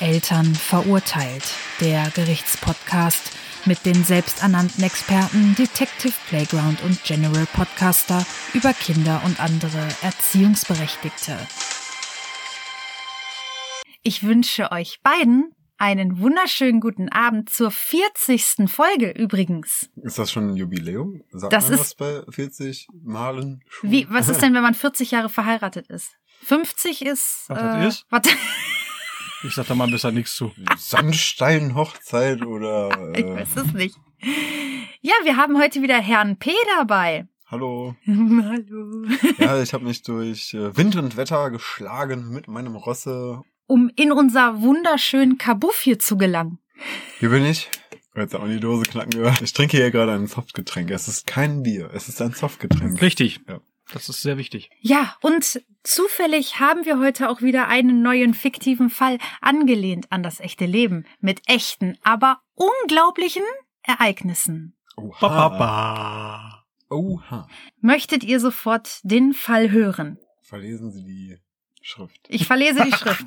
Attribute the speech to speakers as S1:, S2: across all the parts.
S1: Eltern verurteilt. Der Gerichtspodcast mit den selbsternannten Experten Detective Playground und General Podcaster über Kinder und andere Erziehungsberechtigte. Ich wünsche euch beiden einen wunderschönen guten Abend zur 40. Folge übrigens.
S2: Ist das schon ein Jubiläum? Sagt
S1: Das
S2: man
S1: ist-
S2: das bei 40 Malen schon?
S1: Wie, was ist denn, wenn man 40 Jahre verheiratet ist? 50 ist. äh,
S3: Was das ist?
S1: Was,
S3: Ich sag da mal besser nichts zu.
S2: Sandstein-Hochzeit oder...
S1: ich
S2: Äh,
S1: weiß es nicht. Ja, wir haben heute wieder Herrn P. dabei.
S2: hallo.
S1: Hallo.
S2: Ja, ich habe mich durch äh, Wind und Wetter geschlagen mit meinem Rosse.
S1: Um in unser wunderschönen Kabuff hier zu gelangen.
S2: Hier bin ich. Oh, Jetzt hat man die Dose knacken gehört. Ich trinke hier gerade ein Softgetränk. Es ist kein Bier, es ist ein Softgetränk.
S3: Richtig.
S2: Ja.
S3: Das ist sehr wichtig.
S1: Ja, und zufällig haben wir heute auch wieder einen neuen fiktiven Fall angelehnt an das echte Leben mit echten, aber unglaublichen Ereignissen.
S3: Ba, ba,
S2: Oha.
S3: ba.
S2: Oha.
S1: Möchtet ihr sofort den Fall hören?
S2: Verlesen Sie die Schrift.
S1: Ich verlese die Schrift.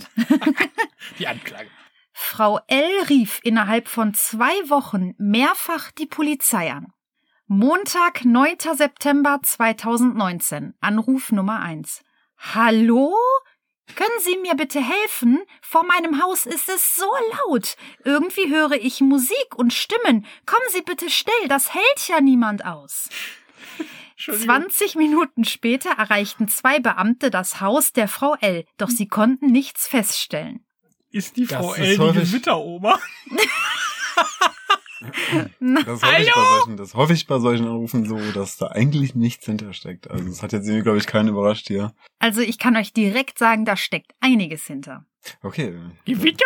S3: Die Anklage.
S1: Frau L. rief innerhalb von zwei Wochen mehrfach die Polizei an. Montag, 9. September 2019. Anruf Nummer 1. Hallo? Können Sie mir bitte helfen? Vor meinem Haus ist es so laut. Irgendwie höre ich Musik und Stimmen. Kommen Sie bitte schnell, das hält ja niemand aus. 20 Minuten später erreichten zwei Beamte das Haus der Frau L., doch sie konnten nichts feststellen.
S3: Ist die
S2: Das
S3: Frau
S2: ist
S3: L die
S2: häufig-
S3: Gewitteroma?
S2: Das ist häufig bei solchen, das ist häufig bei solchen Anrufen so, dass da eigentlich nichts hintersteckt. Also es hat jetzt irgendwie, glaube ich, keinen überrascht hier.
S1: Also ich kann euch direkt sagen, da steckt einiges hinter.
S2: Okay.
S3: Gewitter?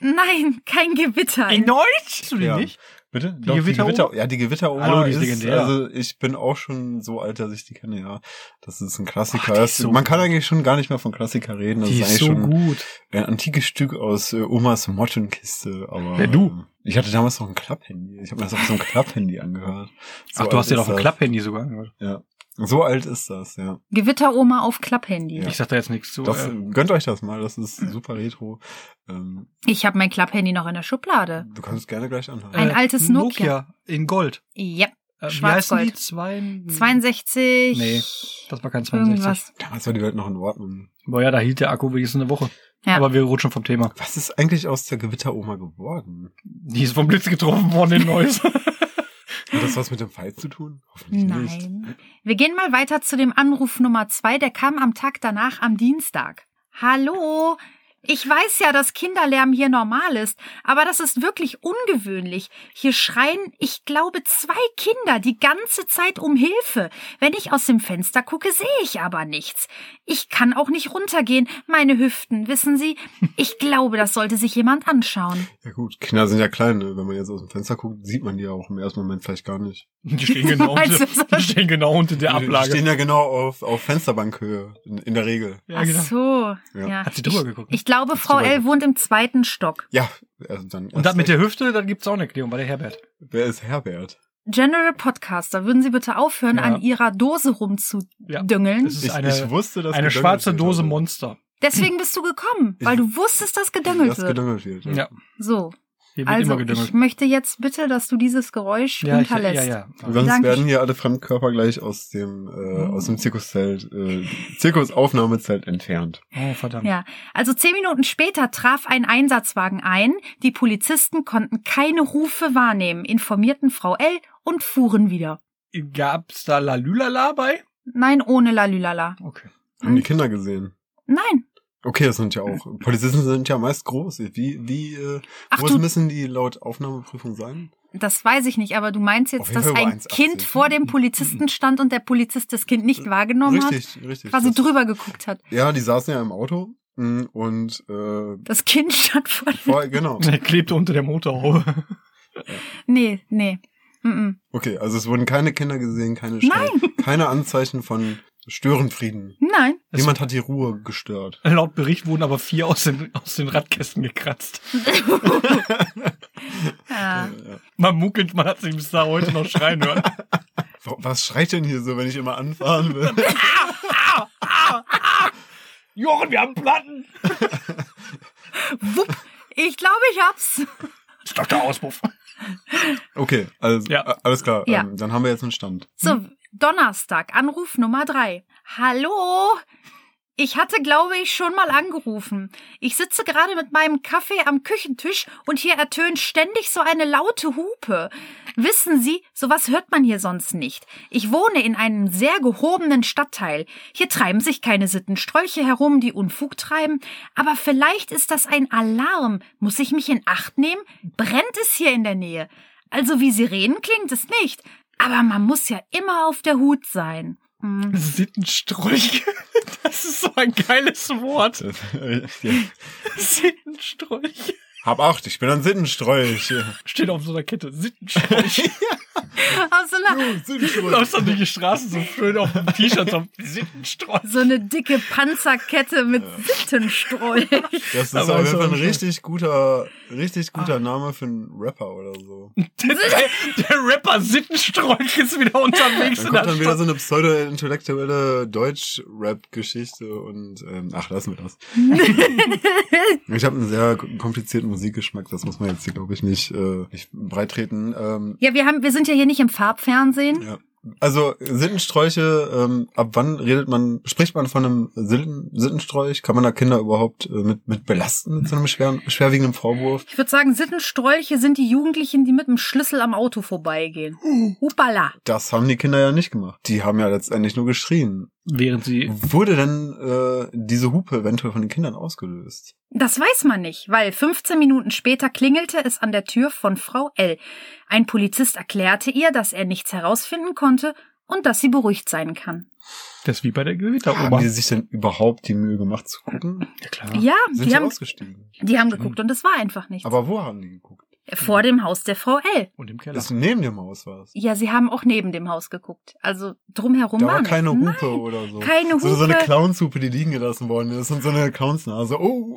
S1: Nein, kein Gewitter.
S3: Erneut? Hast du die
S2: Ja.
S3: nicht?
S2: Bitte? Doch, Die
S3: Gewitteroma?
S2: Gewitter ja, die Gewitteroma
S3: Hallo, die ist
S2: ist,
S3: legendär.
S2: also ich bin auch schon so alt, dass ich die kenne, ja. Das ist ein Klassiker.
S3: Ach, die ist
S2: Es-
S3: so
S2: Man kann eigentlich schon gar nicht mehr von Klassiker reden. Das ist
S3: die ist
S2: eigentlich
S3: so
S2: schon
S3: gut.
S2: ein antikes Stück aus äh, Omas Mottenkiste. Aber
S3: Wer du?
S2: äh, Ich hatte damals noch ein Klapphandy. Ich habe mir das auf so einem Klapphandy angehört. So
S3: Ach, du
S2: alt
S3: hast den
S2: ist
S3: auf dem
S2: das.
S3: Klapphandy sogar angehört.
S2: So alt ist das, ja.
S1: Gewitteroma auf Klapphandy.
S3: Ich sag da jetzt nichts zu.
S2: Das,
S3: äh,
S2: gönnt euch das mal, das ist super retro. Ähm,
S1: Ich habe mein Klapphandy noch in der Schublade.
S2: Du kannst gerne gleich anhalten.
S1: ein altes Nokia.
S3: äh, Nokia in Gold.
S1: Ja,
S3: Äh, wie heißen
S1: Schwarzgold.
S3: die? Zwei,
S1: 62.
S3: Nee, das war kein 62.
S1: irgendwas.
S2: Damals war die Welt noch in Ordnung.
S3: Boah, ja, da hielt der Akku wenigstens eine Woche.
S1: Ja.
S3: Aber wir rutschen vom Thema.
S2: Was ist eigentlich aus der Gewitteroma geworden?
S3: Die ist vom Blitz getroffen worden in Neuss.
S2: Hat das was mit dem Fall zu tun? Hoffentlich nicht.
S1: Nein. Wir gehen mal weiter zu dem Anruf Nummer zwei. Der kam am Tag danach, am Dienstag. Hallo. Ich weiß ja, dass Kinderlärm hier normal ist, aber das ist wirklich ungewöhnlich. Hier schreien, ich glaube, zwei Kinder die ganze Zeit um Hilfe. Wenn ich aus dem Fenster gucke, sehe ich aber nichts. Ich kann auch nicht runtergehen. Meine Hüften, wissen Sie? Ich glaube, das sollte sich jemand anschauen.
S2: Ja gut, Kinder sind ja klein, ne? Wenn man jetzt aus dem Fenster guckt, sieht man die ja auch im ersten Moment vielleicht gar nicht.
S3: Die stehen genau,
S1: Meinst
S3: unter,
S1: du das?
S3: die stehen genau unter der
S2: Die
S3: Ablage.
S2: stehen ja genau auf, auf Fensterbankhöhe, in, in der Regel.
S3: ja,
S1: Ach
S3: genau.
S1: so.
S2: Ja.
S1: Ja.
S3: Hat sie drüber geguckt. ne?
S1: Ich glaube, Frau L. wohnt im zweiten Stock.
S2: Ja, also dann.
S3: Und dann mit der Hüfte, dann gibt's auch eine Erklärung bei der Herbert.
S2: Wer ist Herbert?
S1: General Podcaster, würden Sie bitte aufhören,
S3: Ja.
S1: an Ihrer Dose rumzudüngeln?
S3: Das ist eine,
S2: wusste, dass
S3: eine
S2: gedüngelt wird,
S3: schwarze
S2: also,
S1: also-
S3: Dose
S2: aber-
S3: Monster.
S1: Deswegen bist du gekommen, weil du wusstest, dass gedüngelt
S2: dass
S1: wird.
S2: gedüngelt wird. Ja.
S3: Ja,
S1: so,
S3: hier wird immer
S1: also ich
S3: gedüngelt.
S1: möchte jetzt bitte, dass du dieses Geräusch
S3: Ja, ich, ja,
S1: unterlässt.
S3: ja.
S2: Sonst
S1: Danke. Hm.
S2: werden hier alle Fremdkörper gleich aus dem, äh, aus dem Zirkuszelt, äh, Zirkusaufnahmezelt entfernt.
S3: Oh, verdammt.
S1: Ja, also zehn Minuten später traf ein Einsatzwagen ein. Die Polizisten konnten keine Rufe wahrnehmen, informierten Frau L. und fuhren wieder.
S3: Gab's da Lalülala bei?
S1: Nein, ohne Lalülala.
S3: Okay.
S2: Haben
S1: Hm.
S2: die Kinder gesehen?
S1: Nein.
S2: Okay, das sind ja auch. Polizisten sind ja meist groß. Wie, wie äh,
S1: Hm. Ach
S2: groß
S1: du,
S2: müssen die laut Aufnahmeprüfung sein?
S1: das weiß ich nicht, aber du meinst jetzt,
S2: Auf jeden
S1: dass
S2: Fall über
S1: ein
S2: 1,80.
S1: Kind vor dem Polizisten stand und der Polizist das Kind nicht wahrgenommen hat?
S2: richtig, richtig.
S1: quasi
S2: Das-
S1: drüber geguckt hat.
S2: Ja, die saßen ja im Auto mh, und äh,
S1: Das Kind stand vor.
S2: vor, genau.
S3: Der klebte unter der Motorhaube.
S1: Nee, nee. Mm
S2: Okay, also es wurden keine Kinder gesehen, keine Stellen, keine Anzeichen von Störenfrieden.
S1: -mm. Nein.
S3: Es-
S2: Niemand hat die Ruhe gestört.
S3: Laut Bericht wurden aber vier aus den, aus den Radkästen gekratzt.
S2: Äh.
S1: ja.
S2: Ja.
S3: Man munkelt, man hat sie bis da heute noch schreien hören.
S2: Wa- Was schreit denn hier so, wenn ich immer anfahren will?
S3: Jochen, wir haben Platten!
S1: Wupp, Ich glaube, ich hab's.
S3: Das ist doch der Auspuff.
S2: Okay, also,
S3: Ja.
S2: a- alles klar.
S1: Ja.
S2: Ähm, dann haben wir jetzt einen Stand.
S1: So, Donnerstag, Anruf Nummer drei. Hallo? Ich hatte, glaube ich, schon mal angerufen. Ich sitze gerade mit meinem Kaffee am Küchentisch und hier ertönt ständig so eine laute Hupe. Wissen Sie, sowas hört man hier sonst nicht. Ich wohne in einem sehr gehobenen Stadtteil. Hier treiben sich keine Sittenstrolche herum, die Unfug treiben. Aber vielleicht ist das ein Alarm. Muss ich mich in Acht nehmen? Brennt es hier in der Nähe? Also wie Sirenen klingt es nicht. Aber man muss ja immer auf der Hut sein. Hm.
S3: Sittenstrolche. Das ist so ein geiles Wort.
S2: ja.
S3: Sittenstrolche.
S2: Hab acht, ich bin ein Sittenstrolch.
S3: Steht auf so einer Kette. Sittenstrolche.
S1: Auf so einer
S2: Sittenstrolch.
S3: Läufst dann durch die Straßen so schön auf dem T-Shirt. So Sittenstrolche.
S1: so eine dicke Panzerkette mit Sittenstrolch.
S2: Das ist
S3: Aber
S2: auf
S3: ist
S2: jeden
S3: auch
S2: Fall ein
S3: schön.
S2: richtig guter, richtig guter
S1: Ah.
S2: Name für einen Rapper oder so.
S3: Der, der Rapper Sittenstrolche ist wieder unterwegs.
S2: Dann
S3: in
S2: kommt
S3: der
S2: dann wieder
S3: Stadt.
S2: so eine pseudo-intellektuelle Deutsch-Rap-Geschichte und ähm, ach, lassen wir das. ich habe einen sehr komplizierten Musikgeschmack, das muss man jetzt hier, glaube ich, nicht, äh, nicht breitreten. Ähm,
S1: Ja, wir haben, wir sind ja hier nicht im Farbfernsehen.
S2: ja. Also Sittensträuche, ähm, ab wann redet man, spricht man von einem Sitten, Sittensträuch? Kann man da Kinder überhaupt äh, mit, mit belasten mit so einem schweren, schwerwiegenden Vorwurf?
S1: Ich würde sagen, Sittenstrolche sind die Jugendlichen, die mit dem Schlüssel am Auto vorbeigehen.
S2: Mhm.
S1: Hupala.
S2: Das haben die Kinder ja nicht gemacht. Die haben ja letztendlich nur geschrien.
S3: Während sie
S2: Wurde denn äh, diese Hupe eventuell von den Kindern ausgelöst?
S1: Das weiß man nicht, weil 15 Minuten später klingelte es an der Tür von Frau L. Ein Polizist erklärte ihr, dass er nichts herausfinden konnte und dass sie beruhigt sein kann.
S3: Das ist wie bei der
S2: Haben
S3: Gewitteroma.
S2: die sich denn überhaupt die Mühe gemacht zu gucken?
S3: Ja, klar.
S1: Ja,
S2: Ah, Sind
S1: die
S2: die
S1: haben,
S2: ausgestiegen?
S1: die haben geguckt und es war einfach nichts.
S2: Aber wo haben die geguckt?
S1: Vor dem Haus der Frau L.
S3: Und im Keller.
S2: Dass du neben dem Haus warst.
S1: Ja, sie haben auch neben dem Haus geguckt. Also drumherum
S2: Da
S1: war
S2: war
S1: nichts. ne?
S2: keine
S1: Nein.
S2: Hupe oder so.
S1: Keine
S2: So, so eine
S1: Hupe.
S2: Clownshupe, die liegen gelassen worden ist und so eine Clownsnase. Oh,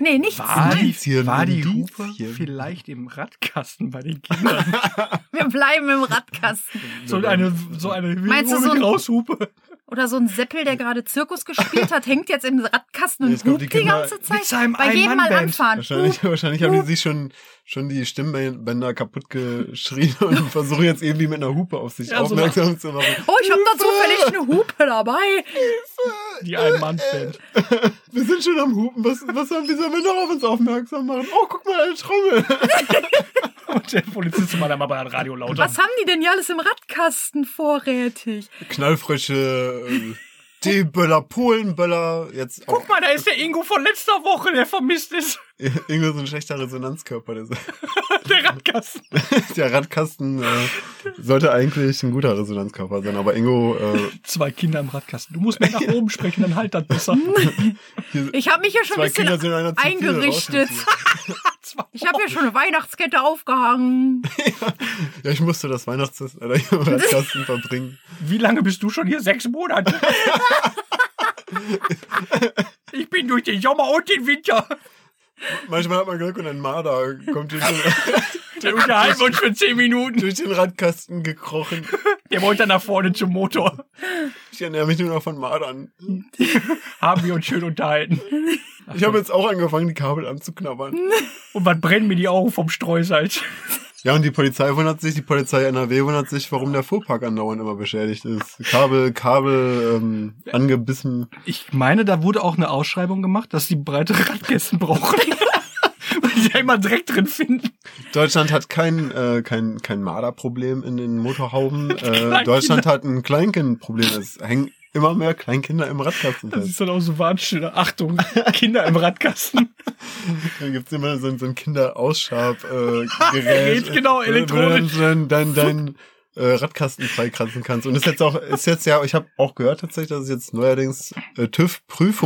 S1: Nee, nichts.
S3: War die,
S2: Indizien,
S3: war die
S2: Indizien.
S3: Hupe vielleicht im Radkasten bei den Kindern?
S1: Wir bleiben im Radkasten.
S3: so eine, so eine
S1: Meinst du so ein-
S3: Raushupe?
S1: Oder so ein Seppel, der gerade Zirkus gespielt hat, hängt jetzt im Radkasten
S2: Ich
S1: und
S2: glaub,
S1: hupt
S2: die
S1: die,
S2: Kinder-
S1: ganze
S3: Mit
S1: Zeit.
S3: seinem
S1: Bei jedem Mal
S3: Ein-Mann-Band.
S1: anfahren.
S2: Wahrscheinlich, wahrscheinlich haben die sich schon, schon die Stimmbänder kaputt geschrien und versuchen jetzt irgendwie mit einer Hupe auf sich
S3: Ja, so
S2: aufmerksam zu machen.
S1: Oh, ich habe da zufällig eine Hupe dabei.
S3: Die Ein-Mann-Band.
S2: Wir sind schon am Hupen. Was, was haben, wie sollen wir noch auf uns aufmerksam machen? Oh, guck mal, eine Trommel.
S3: Und der Polizist war dann mal bei einem Radio lauter.
S1: Was haben die denn hier alles im Radkasten vorrätig?
S2: Knallfrische äh, D-Böller, Polenböller. Jetzt auch
S3: Guck mal, da ist der Ingo von letzter Woche, der vermisst ist.
S2: irgendwie so ein schlechter Resonanzkörper. Der,
S3: Der Radkasten.
S2: der Radkasten äh, sollte eigentlich ein guter Resonanzkörper sein, aber Ingo äh,
S3: Zwei Kinder im Radkasten. Du musst mehr nach oben sprechen, dann halt das besser.
S2: hier,
S1: Ich habe mich hier schon
S2: Zwei
S1: ein bisschen
S2: Kinder sind einer zu viel,
S1: eingerichtet.
S2: raus
S3: Zwei-
S1: Ich habe hier schon eine Weihnachtskette aufgehangen.
S2: ja, ich musste das Weihnachtsessen leider hier im Radkasten verbringen.
S3: Wie lange bist du schon hier? Sechs Monate. Ich bin durch den Sommer und den Winter.
S2: Manchmal hat man Glück und ein Marder kommt durch den,
S3: Wir unterhalten uns für zehn Minuten.
S2: durch den Radkasten gekrochen.
S3: Der wollte dann nach vorne zum Motor.
S2: Ich ernähre mich nur noch von Mardern.
S3: Haben wir uns schön unterhalten.
S2: Ich habe jetzt auch angefangen, die Kabel anzuknabbern.
S3: Und was brennen mir die Augen vom Streusalz?
S2: Ja, und die Polizei wundert sich, die Polizei NRW wundert sich, warum der Fuhrpark andauernd immer beschädigt ist. Kabel, Kabel, ähm, angebissen.
S3: Ich meine, da wurde auch eine Ausschreibung gemacht, dass die breite Radkästen brauchen. Weil die da immer direkt drin finden.
S2: Deutschland hat kein, äh, kein, kein Marderproblem in den Motorhauben. Äh,
S3: Kleinkinder.
S2: Deutschland hat ein Kleinkindproblem. Es hängen immer mehr Kleinkinder im Radkasten
S3: Das
S2: fest.
S3: ist dann auch so Warnschilder. Achtung, Kinder im Radkasten.
S2: Dann gibt's immer so, ein- so ein Kinderausschab-Gerät. Äh, Gerät,
S3: Gerät, genau,
S2: äh, wo du
S3: elektronisch.
S2: Dann dein, dein, dein äh, Radkasten freikratzen kannst. Und ist jetzt auch, ist jetzt ja, ich habe auch gehört tatsächlich, dass es jetzt neuerdings äh,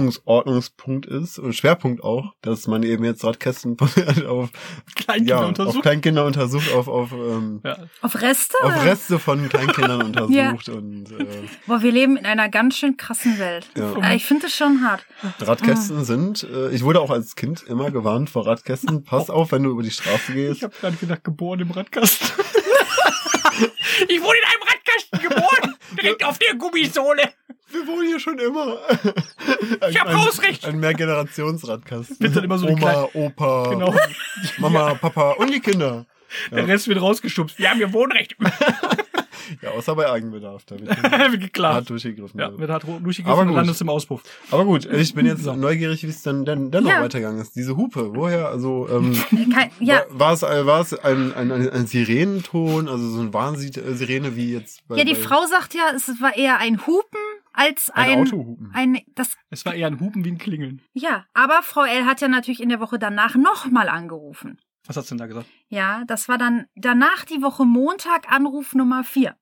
S2: TÜV-Prüfungsordnungspunkt ist und Schwerpunkt auch, dass man eben jetzt Radkästen auf,
S3: Kleinkinder
S2: ja, auf
S3: untersucht.
S2: Kleinkinder untersucht, auf, auf ähm,
S3: Ja.
S1: Auf Reste?
S2: auf Reste von Kleinkindern untersucht und äh,
S1: Boah, wir leben in einer ganz schön krassen Welt.
S2: Ja.
S1: Äh, Ich finde es schon hart.
S2: Radkästen sind, äh, ich wurde auch als Kind immer gewarnt vor Radkästen, pass auf, wenn du über die Straße
S3: Ich
S2: gehst.
S3: habe gerade gedacht, geboren im Radkasten. ich wurde in einem Radkasten geboren. Direkt auf der Gummisohle.
S2: Wir wohnen hier schon immer. Ein-
S3: Ich hab
S2: ein-
S3: Hausrecht.
S2: Ein Mehrgenerationsradkasten.
S3: Wird dann immer so eine
S2: Oma, Opa,
S3: Genau.
S2: Mama, Papa und die Kinder.
S3: Der Rest wird rausgeschubst. Wir haben hier Wohnrecht.
S2: Ja, außer bei Eigenbedarf. Da wird
S3: Wird
S2: hart
S3: Geklagt.
S2: durchgegriffen.
S3: Ja, wird hart
S2: Aber
S3: durchgegriffen und
S2: gut.
S3: landest im Auspuff.
S2: Aber gut, ich bin jetzt
S3: So.
S2: neugierig, wie es dann denn dennoch
S1: Ja.
S2: weitergegangen ist. Diese Hupe, woher? Also, ähm,
S1: Kein, ja,
S2: war, war es, äh, war es ein, ein, ein, ein Sirenenton, also so ein Warnsirene wie jetzt bei,
S1: ja, die
S2: bei
S1: Frau sagt ja, es war eher ein Hupen als
S2: ein,
S1: ein,
S2: Autohupen.
S1: ein das
S3: Es war eher ein Hupen wie ein Klingeln.
S1: ja, aber Frau L hat ja natürlich in der Woche danach nochmal angerufen.
S3: Was hast du denn da gesagt?
S1: Ja, das war dann danach die Woche Montag Anruf Nummer 4.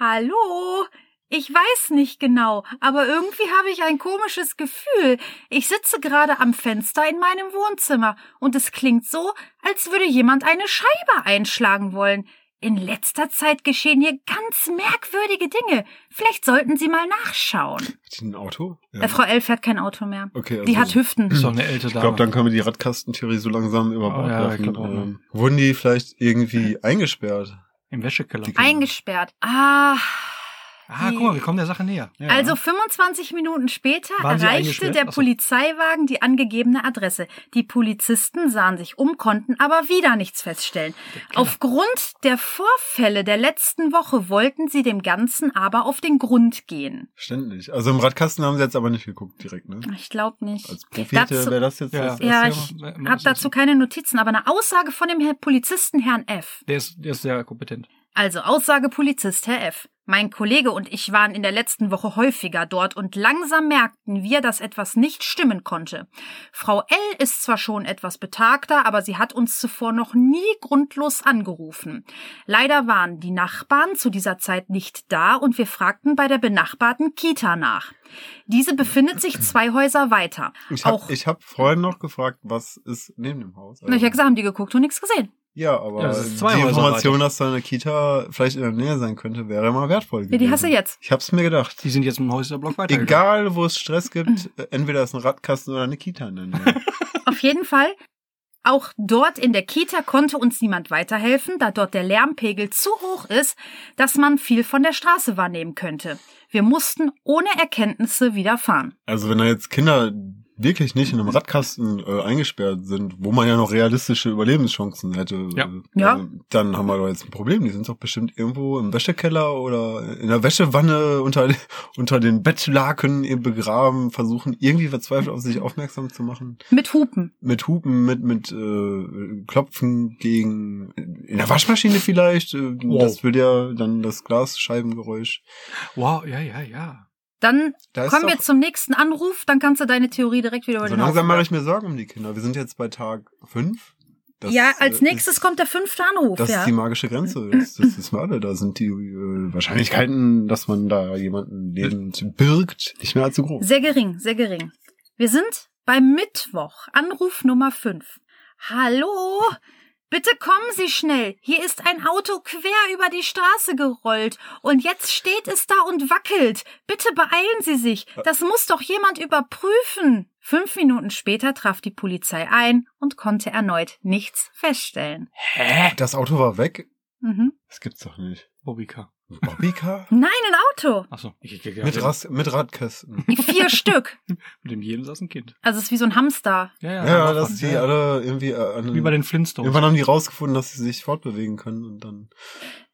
S1: Hallo? Ich weiß nicht genau, aber irgendwie habe ich ein komisches Gefühl. Ich sitze gerade am Fenster in meinem Wohnzimmer und es klingt so, als würde jemand eine Scheibe einschlagen wollen. In letzter Zeit geschehen hier ganz merkwürdige Dinge. Vielleicht sollten Sie mal nachschauen.
S2: Hat die ein Auto? Ja.
S1: Äh, Frau L fährt kein Auto mehr.
S2: okay, also,
S1: Die hat Hüften.
S3: Ist doch eine ältere
S2: Ich
S3: Dame.
S2: glaube, dann können wir die Radkastentheorie so langsam über Bord
S3: Oh, ja, ich
S2: werfen.
S3: glaub auch, ne.
S2: ähm, wurden die vielleicht irgendwie eingesperrt?
S3: Im Wäschekeller.
S2: Die-
S1: Eingesperrt. Ah.
S3: Ah, guck mal, wir kommen der Sache näher. Ja.
S1: Also 25 Minuten später
S3: Waren Sie
S1: erreichte
S3: eingesperrt?
S1: der
S3: Ach so.
S1: Polizeiwagen die angegebene Adresse. Die Polizisten sahen sich um, konnten aber wieder nichts feststellen. Aufgrund der Vorfälle der letzten Woche wollten sie dem Ganzen aber auf den Grund gehen.
S2: Verständlich. Also im Radkasten haben sie jetzt aber nicht geguckt direkt, ne?
S1: Ich glaube nicht.
S2: Als Profiteur
S1: Dazu-
S2: wäre das jetzt
S3: Ja,
S2: das
S3: ja.
S1: ja,
S3: das-
S1: ich
S3: das- das-
S1: habe dazu keine Notizen, aber eine Aussage von dem Herr Polizisten Herrn F.
S3: Der ist, der ist sehr kompetent.
S1: Also Aussage Polizist Herr F. Mein Kollege und ich waren in der letzten Woche häufiger dort und langsam merkten wir, dass etwas nicht stimmen konnte. Frau L ist zwar schon etwas betagter, aber sie hat uns zuvor noch nie grundlos angerufen. Leider waren die Nachbarn zu dieser Zeit nicht da und wir fragten bei der benachbarten Kita nach. Diese befindet sich zwei Häuser weiter.
S2: Ich
S1: Auch-
S2: habe ich hab vorhin noch gefragt, was ist neben dem Haus? Ähm,
S1: Na, ich hab gesagt, haben die geguckt und nichts gesehen.
S2: ja, aber
S3: Ja, das ist zwei
S2: die
S3: Häuser
S2: Information, dass da eine Kita vielleicht in der Nähe sein könnte, wäre mal wertvoll
S1: Ja,
S2: gewesen.
S1: die hast du jetzt.
S2: Ich hab's mir gedacht.
S3: Die sind jetzt im Häuserblock weiter.
S2: Egal, wo es Stress gibt, äh, entweder ist ein Radkasten oder eine Kita in der Nähe.
S1: Auf jeden Fall. Auch dort in der Kita konnte uns niemand weiterhelfen, da dort der Lärmpegel zu hoch ist, dass man viel von der Straße wahrnehmen könnte. Wir mussten ohne Erkenntnisse wieder fahren.
S2: Also wenn da jetzt Kinder wirklich nicht in einem Radkasten äh, eingesperrt sind, wo man ja noch realistische Überlebenschancen hätte,
S3: Ja.
S2: äh,
S1: Ja.
S2: dann haben wir doch jetzt ein Problem. Die sind doch bestimmt irgendwo im Wäschekeller oder in der Wäschewanne unter, unter den Bettlaken eben begraben, versuchen irgendwie verzweifelt auf sich aufmerksam zu machen.
S1: Mit Hupen.
S2: Mit Hupen, mit, mit äh, Klopfen gegen in der Waschmaschine vielleicht. Äh,
S3: Wow.
S2: Das würde ja dann das Glasscheibengeräusch.
S3: Wow, ja, ja, ja.
S1: Dann
S2: Da ist
S1: kommen wir
S2: doch- Also
S1: zum nächsten Anruf, dann kannst du deine Theorie direkt wieder über
S2: So
S1: den
S2: langsam mache
S1: Haufen
S2: ich mir Sorgen um die Kinder. Wir sind jetzt bei Tag fünf. Das,
S1: Ja, als
S2: äh,
S1: nächstes
S2: ist,
S1: kommt der fünfte Anruf,
S2: Das
S1: ja.
S2: ist die magische Grenze. Das, das wissen wir alle. Da sind die äh, Wahrscheinlichkeiten, dass man da jemanden lebend birgt, nicht mehr allzu groß.
S1: Sehr gering, sehr gering. Wir sind beim Mittwoch, Anruf Nummer 5. Hallo? Bitte kommen Sie schnell. Hier ist ein Auto quer über die Straße gerollt und jetzt steht es da und wackelt. Bitte beeilen Sie sich. Das muss doch jemand überprüfen. Fünf Minuten später traf die Polizei ein und konnte erneut nichts feststellen.
S3: Hä?
S2: Das Auto war weg.
S1: Mhm.
S2: Das gibt's doch nicht.
S3: Bobbycar.
S2: Ein Bobbycar?
S1: Nein, ein Auto.
S3: Achso. Ich, ich, ich,
S2: mit, Ras mit Radkästen.
S1: Vier Stück.
S3: Mit dem jedem saß ein Kind.
S1: Also es ist wie so ein Hamster.
S2: Ja,
S3: Ja,
S2: ja,
S3: am
S2: dass
S3: Anfang,
S2: die
S3: ja.
S2: alle irgendwie äh, an,
S3: Wie bei den Flintstones.
S2: Irgendwann haben die rausgefunden, dass sie sich fortbewegen können und dann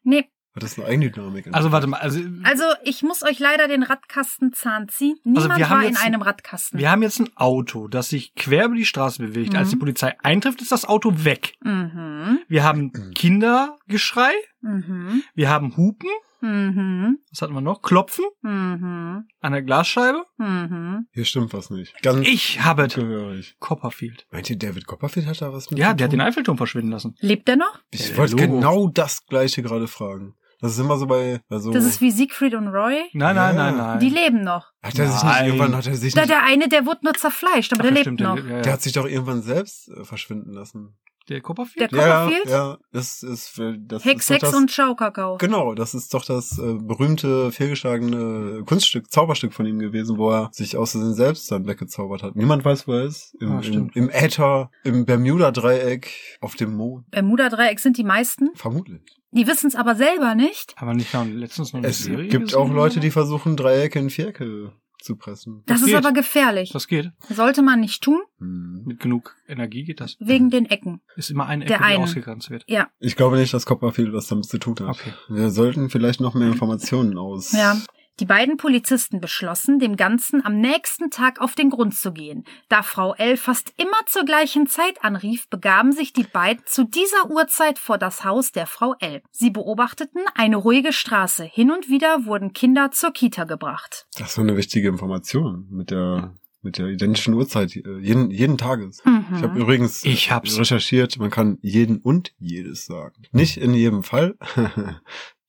S1: Nee,
S2: hat das eine Eigendynamik.
S3: Also warte mal, also,
S1: Also, ich muss euch leider den Radkastenzahn ziehen. Niemand
S3: wir haben
S1: war in
S3: jetzt-
S1: einem Radkasten.
S3: wir haben jetzt ein Auto, das sich quer über die Straße bewegt. Als die Polizei eintrifft, ist das Auto weg.
S1: mhm.
S3: Wir haben Kindergeschrei,
S1: Mhm.
S3: wir haben Hupen,
S1: Mhm.
S3: was hatten wir noch? Klopfen
S1: Mhm.
S3: an der Glasscheibe.
S1: Mhm.
S2: Hier stimmt was nicht. Ganz
S3: Ich habe es.
S2: gehörig.
S3: Copperfield.
S2: Meint ihr, David Copperfield hat da was mit
S3: Ja,
S2: zu
S3: der hat
S2: tun?
S3: den Eiffelturm verschwinden lassen.
S1: Lebt er noch?
S2: Ich
S3: Ja,
S2: wollte
S3: Logo.
S2: genau das gleiche gerade fragen. Das ist immer so bei, bei so.
S1: Das ist wie Siegfried und Roy.
S3: Nein, nein,
S2: Ja.
S3: nein, nein.
S1: Die leben noch.
S2: hat er sich nicht
S3: Nein.
S2: irgendwann, hat er sich
S1: Da
S2: nicht,
S1: der eine, der wurde nur zerfleischt, aber
S3: Ach,
S1: der lebt
S3: stimmt,
S1: noch.
S3: Der, ja, ja.
S2: der hat sich doch irgendwann selbst äh, verschwinden lassen.
S3: der Copperfield?
S1: Der- Copperfield?
S2: Ja, ja, das ist, äh, das
S1: Hex,
S2: ist doch
S1: Hex
S2: das,
S1: und Ciao, Kakao.
S2: Genau, das ist doch das äh, berühmte, fehlgeschlagene Kunststück, Zauberstück von ihm gewesen, wo er sich aus Versehen selbst dann weggezaubert hat. Niemand weiß, wo er ist. Im,
S3: Ah,
S2: im,
S3: stimmt.
S2: im Äther, im Bermuda-Dreieck, auf dem Mond.
S1: Bermuda-Dreieck Äh, sind die meisten.
S2: Vermutlich.
S1: Die wissen es aber selber nicht.
S3: Haben wir nicht noch letztens noch eine
S2: Es
S3: Serie
S2: gibt
S3: gesehen?
S2: auch Leute, die versuchen, Dreiecke in Vierecke zu pressen.
S1: Das,
S3: Das
S1: ist
S3: geht.
S1: aber gefährlich.
S3: Das geht.
S1: Sollte man nicht tun,
S2: Hm.
S3: Mit genug Energie geht das.
S1: wegen den Ecken.
S3: Ist immer eine
S1: Der
S3: Ecke, die
S1: einen.
S3: ausgegrenzt wird.
S1: Ja,
S2: Ich glaube nicht, dass Copperfield was damit zu tun hat.
S3: Okay.
S2: Wir sollten vielleicht noch mehr Informationen aus.
S1: Ja. Die beiden Polizisten beschlossen, dem Ganzen am nächsten Tag auf den Grund zu gehen. Da Frau L. fast immer zur gleichen Zeit anrief, begaben sich die beiden zu dieser Uhrzeit vor das Haus der Frau L. Sie beobachteten eine ruhige Straße. Hin und wieder wurden Kinder zur Kita gebracht.
S2: Das war eine wichtige Information mit der mit der identischen Uhrzeit äh, jeden, jeden Tages. Ich habe
S1: Mhm.
S2: übrigens
S3: Ich hab's.
S2: recherchiert, man kann jeden und jedes sagen. Nicht in jedem Fall,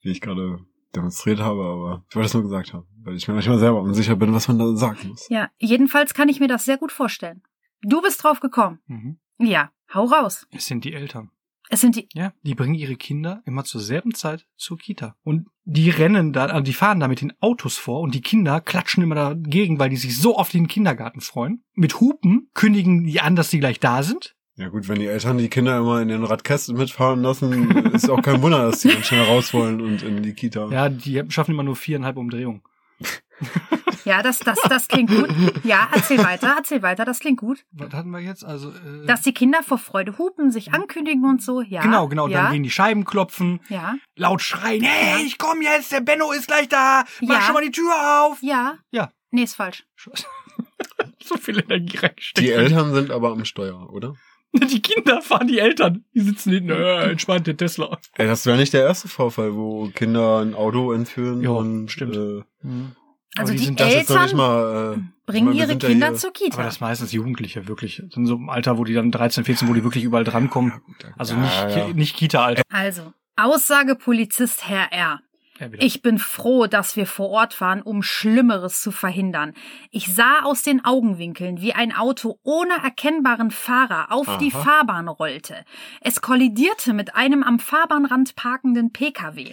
S2: wie ich gerade demonstriert habe, aber ich wollte es nur gesagt haben, weil ich mir manchmal selber unsicher bin, was man da sagen muss.
S1: Ja, jedenfalls kann ich mir das sehr gut vorstellen. Du bist drauf gekommen.
S3: Mhm.
S1: Ja, hau raus.
S3: Es sind die Eltern.
S1: Es sind die.
S3: Ja, die bringen ihre Kinder immer zur selben Zeit zur Kita. Und die rennen da, also die fahren da mit den Autos vor und die Kinder klatschen immer dagegen, weil die sich so auf den Kindergarten freuen. Mit Hupen kündigen die an, dass die gleich da sind.
S2: Ja gut, wenn die Eltern die Kinder immer in den Radkästen mitfahren lassen, ist auch kein Wunder, dass die dann schnell raus wollen und in die Kita.
S3: Ja, die schaffen immer nur viereinhalb Umdrehungen.
S1: Ja, das, das, das klingt gut. Ja, erzähl weiter, erzähl weiter, das klingt gut.
S3: Was hatten wir jetzt? Also äh,
S1: Mhm. Dass die Kinder vor Freude hupen, sich ankündigen und so, ja.
S3: genau, genau.
S1: Ja,
S3: Dann gehen die Scheiben klopfen,
S1: ja,
S3: laut schreien: Hey, ich komm jetzt, der Benno ist gleich da. Mach
S1: Ja.
S3: schon mal die Tür auf.
S1: ja.
S3: Ja.
S1: Nee, ist falsch.
S3: so viel Energie reingesteckt.
S2: Die Eltern sind aber am Steuer, oder?
S3: Die Kinder fahren die Eltern. Die sitzen hinten, äh, entspannt der Tesla.
S2: Ey, das wäre nicht der erste Vorfall, wo Kinder ein Auto entführen
S3: Ja,
S2: und
S3: stimmt.
S2: Äh,
S3: Mhm.
S1: Also die,
S3: sind
S2: das ist noch nicht
S1: Eltern
S2: mal. Äh,
S1: bringen
S2: wir
S1: ihre
S2: sind ja
S1: Kinder
S2: hier-
S1: zur Kita.
S3: Aber das meistens Jugendliche, wirklich. In so einem Alter, wo die dann 13, 14, wo die wirklich überall drankommen. Also nicht,
S2: ja.
S3: nicht Kita-Alter.
S1: also, Aussage Polizist Herr R.
S3: Ja, wieder.
S1: Ich bin froh, dass wir vor Ort waren, um Schlimmeres zu verhindern. Ich sah aus den Augenwinkeln, wie ein Auto ohne erkennbaren Fahrer auf die
S2: Aha.
S1: Fahrbahn rollte. Es kollidierte mit einem am Fahrbahnrand parkenden Pkw.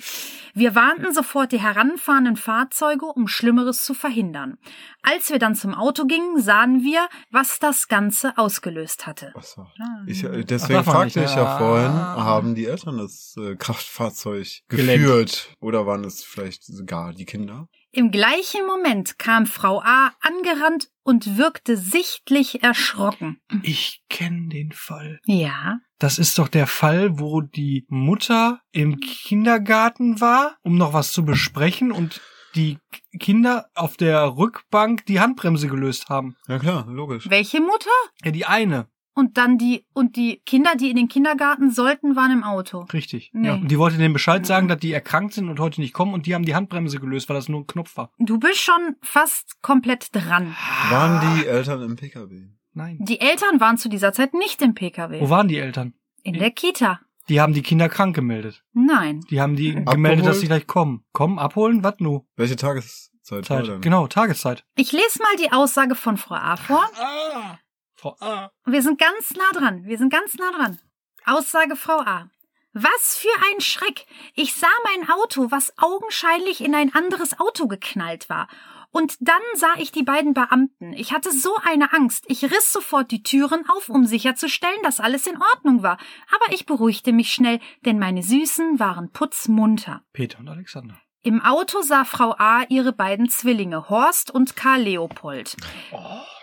S1: Wir warnten sofort die heranfahrenden Fahrzeuge, um Schlimmeres zu verhindern. Als wir dann zum Auto gingen, sahen wir, was das Ganze ausgelöst hatte.
S2: Ach so.
S1: Ah.
S2: Ich, äh, deswegen
S3: darf man
S2: fragte
S3: nicht,
S2: ich
S3: ja.
S2: ja vorhin, haben die Eltern das äh, Kraftfahrzeug
S3: Gelenkt.
S2: geführt? Oder waren es vielleicht sogar die Kinder?
S1: Im gleichen Moment kam Frau A angerannt und wirkte sichtlich erschrocken.
S3: Ich kenne den Fall.
S1: Ja.
S3: Das ist doch der Fall, wo die Mutter im Kindergarten war, um noch was zu besprechen und die Kinder auf der Rückbank die Handbremse gelöst haben.
S2: Ja klar, logisch.
S1: Welche Mutter?
S3: Ja, die eine.
S1: Und dann die, und die Kinder, die in den Kindergarten sollten, waren im Auto.
S3: Richtig.
S1: Nee.
S3: Ja. Und die wollte denen Bescheid sagen, dass die erkrankt sind und heute nicht kommen und die haben die Handbremse gelöst, weil das nur ein Knopf war.
S1: Du bist schon fast komplett dran.
S2: Waren die Eltern im Pkw?
S3: Nein.
S1: Die Eltern waren zu dieser Zeit nicht im
S3: Wo
S1: Pkw.
S3: waren die Eltern?
S1: In der Kita.
S3: Die haben die Kinder krank gemeldet.
S1: Nein.
S3: Die haben die gemeldet, dass sie
S2: Abgeholt?
S3: gleich kommen. Kommen, abholen, was nu?
S2: Welche Tageszeit war
S3: Zeit.
S2: denn?
S3: Genau, Tageszeit.
S1: Ich lese mal die Aussage von Frau A vor.
S3: Ah, Frau A.
S1: Wir sind ganz nah dran. Wir sind ganz nah dran. Aussage Frau A. Was für ein Schreck! Ich sah mein Auto, was augenscheinlich in ein anderes Auto geknallt war. Und dann sah ich die beiden Beamten. Ich hatte so eine Angst. Ich riss sofort die Türen auf, um sicherzustellen, dass alles in Ordnung war. Aber ich beruhigte mich schnell, denn meine Süßen waren putzmunter.
S3: Peter und Alexander.
S1: Im Auto sah Frau A ihre beiden Zwillinge, Horst und Karl Leopold.
S3: Oh,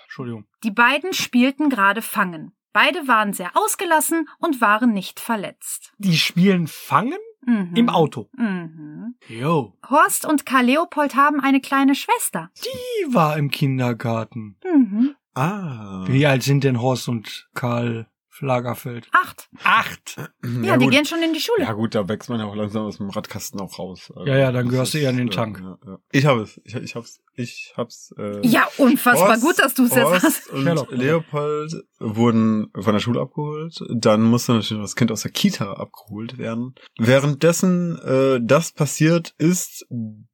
S3: Entschuldigung.
S1: Die beiden spielten gerade Fangen. Beide waren sehr ausgelassen und waren nicht verletzt.
S3: Die spielen Fangen
S1: Mhm.
S3: im Auto.
S1: Mhm.
S3: Jo.
S1: Horst und Karl Leopold haben eine kleine Schwester.
S3: Die war im Kindergarten.
S1: Mhm.
S2: Ah.
S3: Wie alt sind denn Horst und Karl Flagerfeld?
S1: Acht.
S3: Acht.
S1: Ja, die
S2: gut.
S1: gehen schon in die Schule.
S2: Ja gut, da wächst man ja auch langsam aus dem Radkasten auch raus. Also,
S3: Ja, ja, dann
S2: das
S3: gehörst du
S2: ist,
S3: eher in den
S2: äh,
S3: Tank.
S2: Ja, ja. Ich habe es. Ich, ich hab's. Ich hab's. Äh,
S1: Ja, unfassbar
S2: Horst-
S1: gut, dass du es jetzt
S2: Horst
S1: hast.
S2: Und
S3: Sherlock. also.
S2: Leopold wurden von der Schule abgeholt. Dann musste natürlich das Kind aus der Kita abgeholt werden. Währenddessen äh, das passiert ist,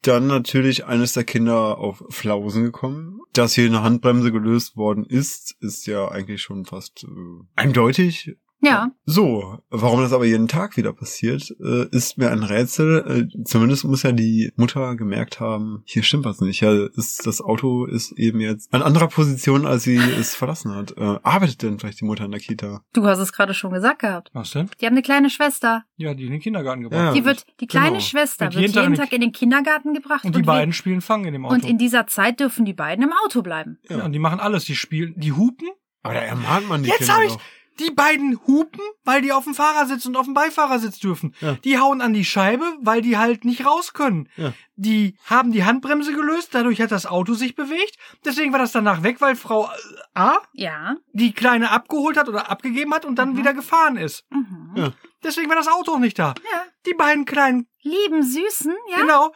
S2: dann natürlich eines der Kinder auf Flausen gekommen. Dass hier eine Handbremse gelöst worden ist, ist ja eigentlich schon fast äh, eindeutig.
S1: Ja.
S2: So, warum das aber jeden Tag wieder passiert, äh, ist mir ein Rätsel. Äh, Zumindest muss ja die Mutter gemerkt haben, hier stimmt was nicht. Ja, ist, das Auto ist eben jetzt an anderer Position, als sie es verlassen hat. Äh, Arbeitet denn vielleicht die Mutter in der Kita?
S1: Du hast es gerade schon gesagt gehabt.
S3: Was denn?
S1: Die haben eine kleine Schwester.
S3: Ja, die in den Kindergarten gebracht.
S2: Ja.
S1: Die wird, die kleine
S2: genau.
S1: Schwester
S3: Wird
S1: wird
S3: jeden Tag
S1: jeden
S3: in den
S1: Tag in den Kindergarten gebracht
S3: Und die
S1: wir-
S3: beiden spielen Fangen in dem Auto.
S1: und in dieser Zeit dürfen die beiden im Auto bleiben.
S3: ja. und die machen alles. Die spielen, die hupen.
S2: Aber da ermahnt man die
S3: Jetzt
S2: Kinder
S3: hab ich-
S2: doch.
S3: Die beiden hupen, weil die auf dem Fahrersitz und auf dem Beifahrersitz dürfen.
S2: Ja.
S3: Die hauen an die Scheibe, weil die halt nicht raus können.
S2: Ja.
S3: Die haben die Handbremse gelöst, dadurch hat das Auto sich bewegt. Deswegen war das danach weg, weil Frau äh, A
S1: Ja.
S3: die Kleine abgeholt hat oder abgegeben hat und dann
S1: Mhm.
S3: wieder gefahren ist.
S1: Mhm.
S2: Ja.
S3: Deswegen war das Auto auch nicht da.
S1: ja.
S3: Die beiden kleinen,
S1: Lieben Süßen, ja.
S3: genau,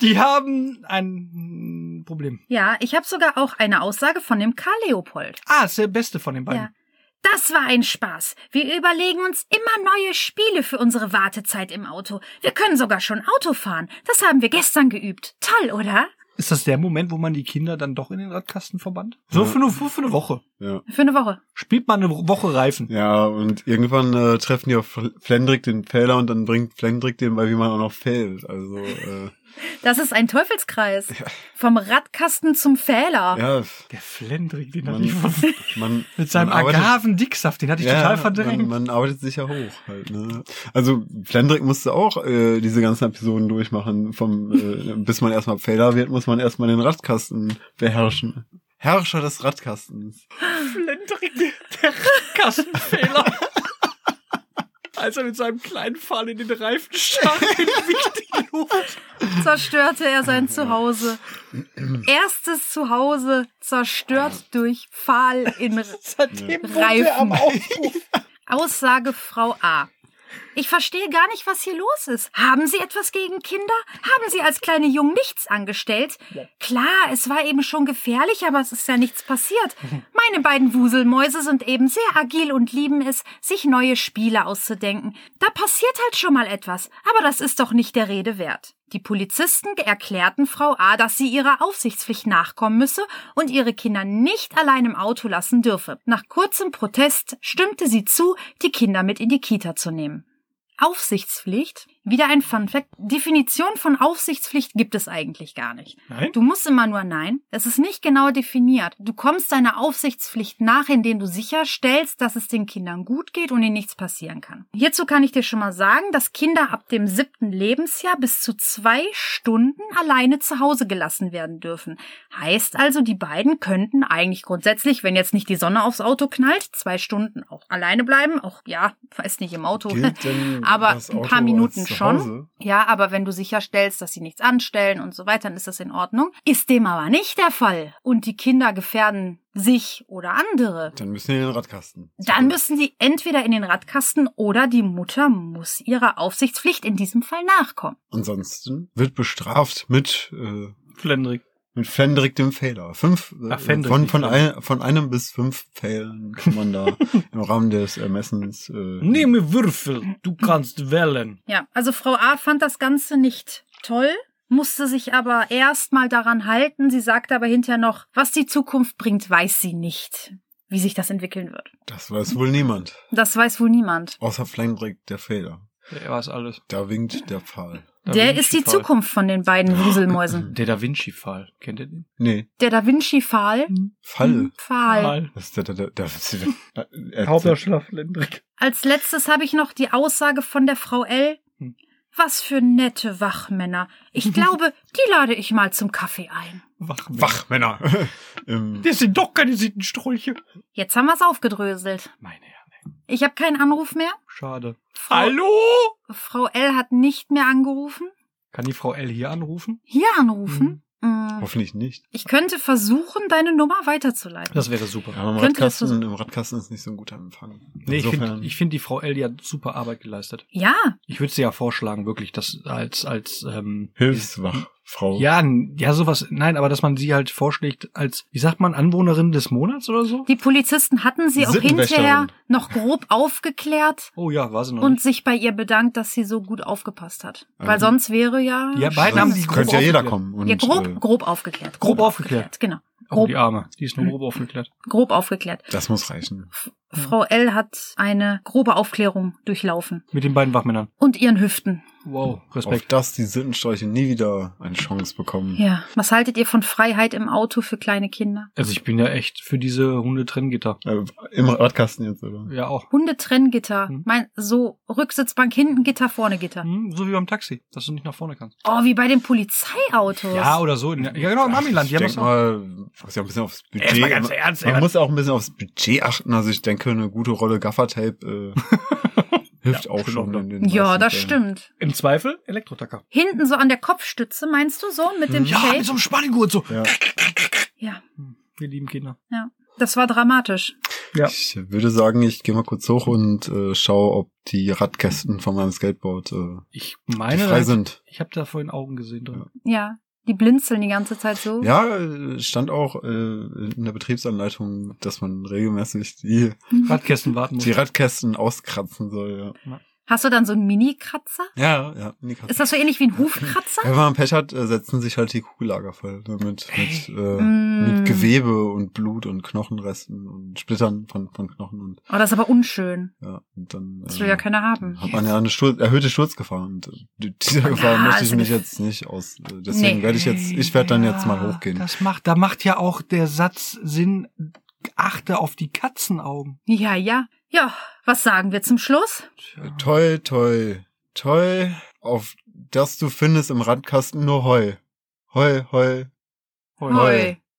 S3: die haben ein hm, Problem.
S1: Ja, ich habe sogar auch eine Aussage von dem Karl Leopold.
S3: Ah, ist der beste von den beiden.
S1: Ja. Das war ein Spaß. Wir überlegen uns immer neue Spiele für unsere Wartezeit im Auto. Wir können sogar schon Auto fahren. Das haben wir gestern geübt. Toll, oder?
S3: Ist das der Moment, wo man die Kinder dann doch in den Radkasten verbannt? So
S2: Ja.
S3: für, eine, für eine Woche.
S2: Ja.
S1: Für eine Woche.
S3: Spielt man eine Woche Reifen.
S2: Ja, und irgendwann äh, treffen die auf Fl- Flendrick den Fehler und dann bringt Flendrick den bei, wie man auch noch fällt. Also, äh,
S1: Das ist ein Teufelskreis. Vom Radkasten zum Fähler.
S2: ja,
S3: Der Flendrick, den hatte
S2: man,
S3: ich von,
S2: man,
S3: mit seinem
S2: man arbeitet-
S3: Agavendicksaft, den hatte ich total verdrängt.
S2: Man, man arbeitet sich ja hoch halt, ne? Also Flendrick musste auch äh, diese ganzen Episoden durchmachen. Vom, äh, bis man erstmal Pfähler wird, muss man erstmal den Radkasten beherrschen. Herrscher des Radkastens.
S3: Flendrick, der Radkastenfehler. Als er mit seinem kleinen Pfahl in den Reifen stach, in die Luft.
S1: Zerstörte er sein Zuhause. Erstes Zuhause zerstört durch Pfahl in
S3: Seitdem wohnt
S1: Reifen.
S3: er am Auspuff.
S1: Aussage Frau A. Ich verstehe gar nicht, was hier los ist. Haben Sie etwas gegen Kinder? Haben Sie als kleine Jungen nichts angestellt? Klar, es war eben schon gefährlich, aber es ist ja nichts passiert. Meine beiden Wuselmäuse sind eben sehr agil und lieben es, sich neue Spiele auszudenken. Da passiert halt schon mal etwas, aber das ist doch nicht der Rede wert. Die Polizisten erklärten Frau A, dass sie ihrer Aufsichtspflicht nachkommen müsse und ihre Kinder nicht allein im Auto lassen dürfe. Nach kurzem Protest stimmte sie zu, die Kinder mit in die Kita zu nehmen. Aufsichtspflicht? Wieder ein Funfact. Definition von Aufsichtspflicht gibt es eigentlich gar nicht.
S3: Nein?
S1: Du musst immer nur nein. Es ist nicht genau definiert. Du kommst deiner Aufsichtspflicht nach, indem du sicherstellst, dass es den Kindern gut geht und ihnen nichts passieren kann. Hierzu kann ich dir schon mal sagen, dass Kinder ab dem siebten Lebensjahr bis zu zwei Stunden alleine zu Hause gelassen werden dürfen. Heißt also, die beiden könnten eigentlich grundsätzlich, wenn jetzt nicht die Sonne aufs Auto knallt, zwei Stunden auch alleine bleiben. Auch ja, weiß nicht, im Auto.
S2: Gilt denn
S1: Aber
S2: das
S1: ein
S2: Auto
S1: paar
S2: als
S1: Minuten
S2: zu
S1: schon.
S2: Hause?
S1: Ja, aber wenn du sicherstellst, dass sie nichts anstellen und so weiter, dann ist das in Ordnung. Ist dem aber nicht der Fall und die Kinder gefährden sich oder andere,
S2: Dann müssen die in den Radkasten.
S1: dann müssen sie entweder in den Radkasten oder die Mutter muss ihrer Aufsichtspflicht in diesem Fall nachkommen.
S2: Ansonsten wird bestraft mit äh,
S3: Flendrick.
S2: mit Fendrick dem Fehler. Fünf äh,
S3: Ach, Fendrick,
S2: von
S3: nicht
S2: von,
S3: Fendrick.
S2: ein, von einem bis fünf Pfählen kann man da im Rahmen des Ermessens äh,
S3: Nehme Würfel, du kannst wählen.
S1: Ja, also Frau A fand das Ganze nicht toll, musste sich aber erstmal daran halten. Sie sagte aber hinterher noch, was die Zukunft bringt, weiß sie nicht, wie sich das entwickeln wird.
S2: Das weiß wohl niemand.
S1: Das weiß wohl niemand.
S2: Außer Flendrick der Fehler.
S3: Der war es alles.
S2: Da winkt der Pfahl.
S3: Da
S1: Der
S3: Vinci
S1: ist die
S3: Fall.
S1: Zukunft von den beiden Wuselmäusen.
S3: Der Da Vinci-Fall. Kennt ihr den?
S2: Nee,
S1: Der Da Vinci-Pfahl.
S3: Hm.
S2: Fall.
S1: Pfahl.
S2: Das ist der, der, der, der, der, der,
S3: Hauptdarsteller Flendrick.
S1: Als letztes habe ich noch die Aussage von der Frau L.
S3: Hm.
S1: Was für nette Wachmänner. Ich glaube, die lade ich mal zum Kaffee ein.
S3: Wach.
S2: Wachmänner. ähm,
S3: Das sind doch keine Sittenstrolche.
S1: Jetzt haben wir es aufgedröselt.
S3: Meine Herren. ey.
S1: Ich habe keinen Anruf mehr.
S3: Schade.
S1: Frau,
S3: Hallo?
S1: Frau L. hat nicht mehr angerufen.
S3: Kann die Frau L hier anrufen?
S1: Hier anrufen.
S3: Hm.
S1: Mm,
S2: hoffentlich nicht.
S1: Ich könnte versuchen, deine Nummer weiterzuleiten.
S3: Das wäre super.
S2: Aber im
S1: Könnte das
S2: Radkasten, im Radkasten ist nicht so ein guter Empfang.
S3: Nee, ich
S2: Insofern-
S3: finde, ich find, die Frau L, die hat super Arbeit geleistet.
S1: ja,
S3: Ich würde sie ja vorschlagen, wirklich, dass als, als, ähm,
S2: Hilfswachfrau.
S3: ja, n- ja, sowas, nein, aber dass man sie halt vorschlägt als, wie sagt man, Anwohnerin des Monats oder so?
S1: die Polizisten hatten sie auch
S2: Sittenwächterin.
S1: hinterher noch grob aufgeklärt.
S3: Oh ja, war sie noch
S1: Und
S3: nicht.
S1: sich bei ihr bedankt, dass sie so gut aufgepasst hat.
S2: Ähm,
S1: Weil sonst wäre ja.
S3: Also, Ja, beide haben die
S2: Sonst Könnte ja
S3: grob
S2: jeder
S3: aufgeklärt.
S2: kommen. Und,
S1: Ja,
S2: äh,
S1: grob, grob aufgeklärt.
S3: Grob aufgeklärt.
S1: Genau.
S3: Oh, die Arme. Die ist nur grob aufgeklärt.
S1: Grob aufgeklärt.
S2: Das muss reichen.
S1: Frau L. hat eine grobe Aufklärung durchlaufen.
S3: Mit den beiden Wachmännern.
S1: Und ihren Hüften.
S3: Wow,
S2: Auf
S3: Respekt.
S2: dass die Sittensträuche nie wieder eine Chance
S3: Hm.
S2: bekommen.
S1: Ja. Was haltet ihr von Freiheit im Auto für kleine Kinder?
S3: Also ich bin ja echt für diese Hundetrenngitter.
S2: Äh, Im Radkasten jetzt, oder?
S3: Ja, auch.
S1: Hundetrenngitter.
S3: Mhm.
S1: Mein, so Rücksitzbank hinten, Gitter vorne, Gitter.
S3: Hm, so wie beim Taxi, dass du nicht nach vorne kannst.
S1: Oh, wie bei den Polizeiautos.
S3: Ja, oder so. In, ja, genau, im Amiland. Die
S2: Ich
S3: haben
S2: denke
S3: das auch.
S2: mal, muss ja ein bisschen aufs Budget.
S3: Jetzt mal ganz ernst,
S2: man
S3: ey.
S2: muss auch ein bisschen aufs Budget achten. Also ich denke, eine gute Rolle Gaffertape äh, hilft auch
S3: stimmt
S2: schon.
S3: auch.
S2: In den
S1: Ja,
S2: meisten
S1: das
S2: Fällen.
S1: stimmt.
S3: Im Zweifel Elektrotacker.
S1: Hinten so an der Kopfstütze, meinst du so? Mit dem
S3: Hm. Ja,
S1: Tape?
S3: mit so einem Spanngurt so.
S2: Ja.
S1: ja,
S3: Hm, Wir lieben Kinder.
S1: das war dramatisch.
S3: Ja.
S2: Ich würde sagen, ich gehe mal kurz hoch und äh, schaue, ob die Radkästen von meinem Skateboard äh,
S3: Ich
S2: die
S3: meine,
S2: frei
S3: da,
S2: sind.
S3: ich habe da vorhin Augen gesehen drin.
S1: Ja, die blinzeln die ganze Zeit so.
S2: Ja, äh, stand auch äh, in der Betriebsanleitung, dass man regelmäßig die,
S1: Mhm.
S3: Radkästen warten muss.
S2: die Radkästen auskratzen soll.
S1: Hast du dann so einen Mini-Kratzer?
S2: Ja, ja. ja nee, krass.
S1: Ist das so ähnlich wie ein Hufkratzer?
S2: Wenn man Pech hat, äh, setzen sich halt die Kugellager voll. ne, Mit, mit,
S3: Ey.
S2: äh,
S1: Mm.
S2: mit Gewebe und Blut und Knochenresten und Splittern von, von Knochen und
S1: Oh, das ist aber unschön.
S2: ja, und dann ähm,
S1: Das will ja keiner haben.
S2: hat man ja eine Sturz, erhöhte Sturzgefahr und äh, die- dieser Gefahr möchte ich
S1: also
S2: mich
S1: das-
S2: jetzt nicht aus. äh, Deswegen
S1: Nee.
S2: werde ich jetzt, ich werde dann jetzt mal
S3: Ja,
S2: hochgehen.
S3: Das macht, da macht ja auch der Satz Sinn, achte auf die Katzenaugen.
S1: Ja, ja. Ja, was sagen wir zum Schluss?
S3: Tja.
S2: Toi, toi, toi, auf das du findest im Radkasten nur Heu. Heu, heu.
S3: Hoi.
S1: Hoi.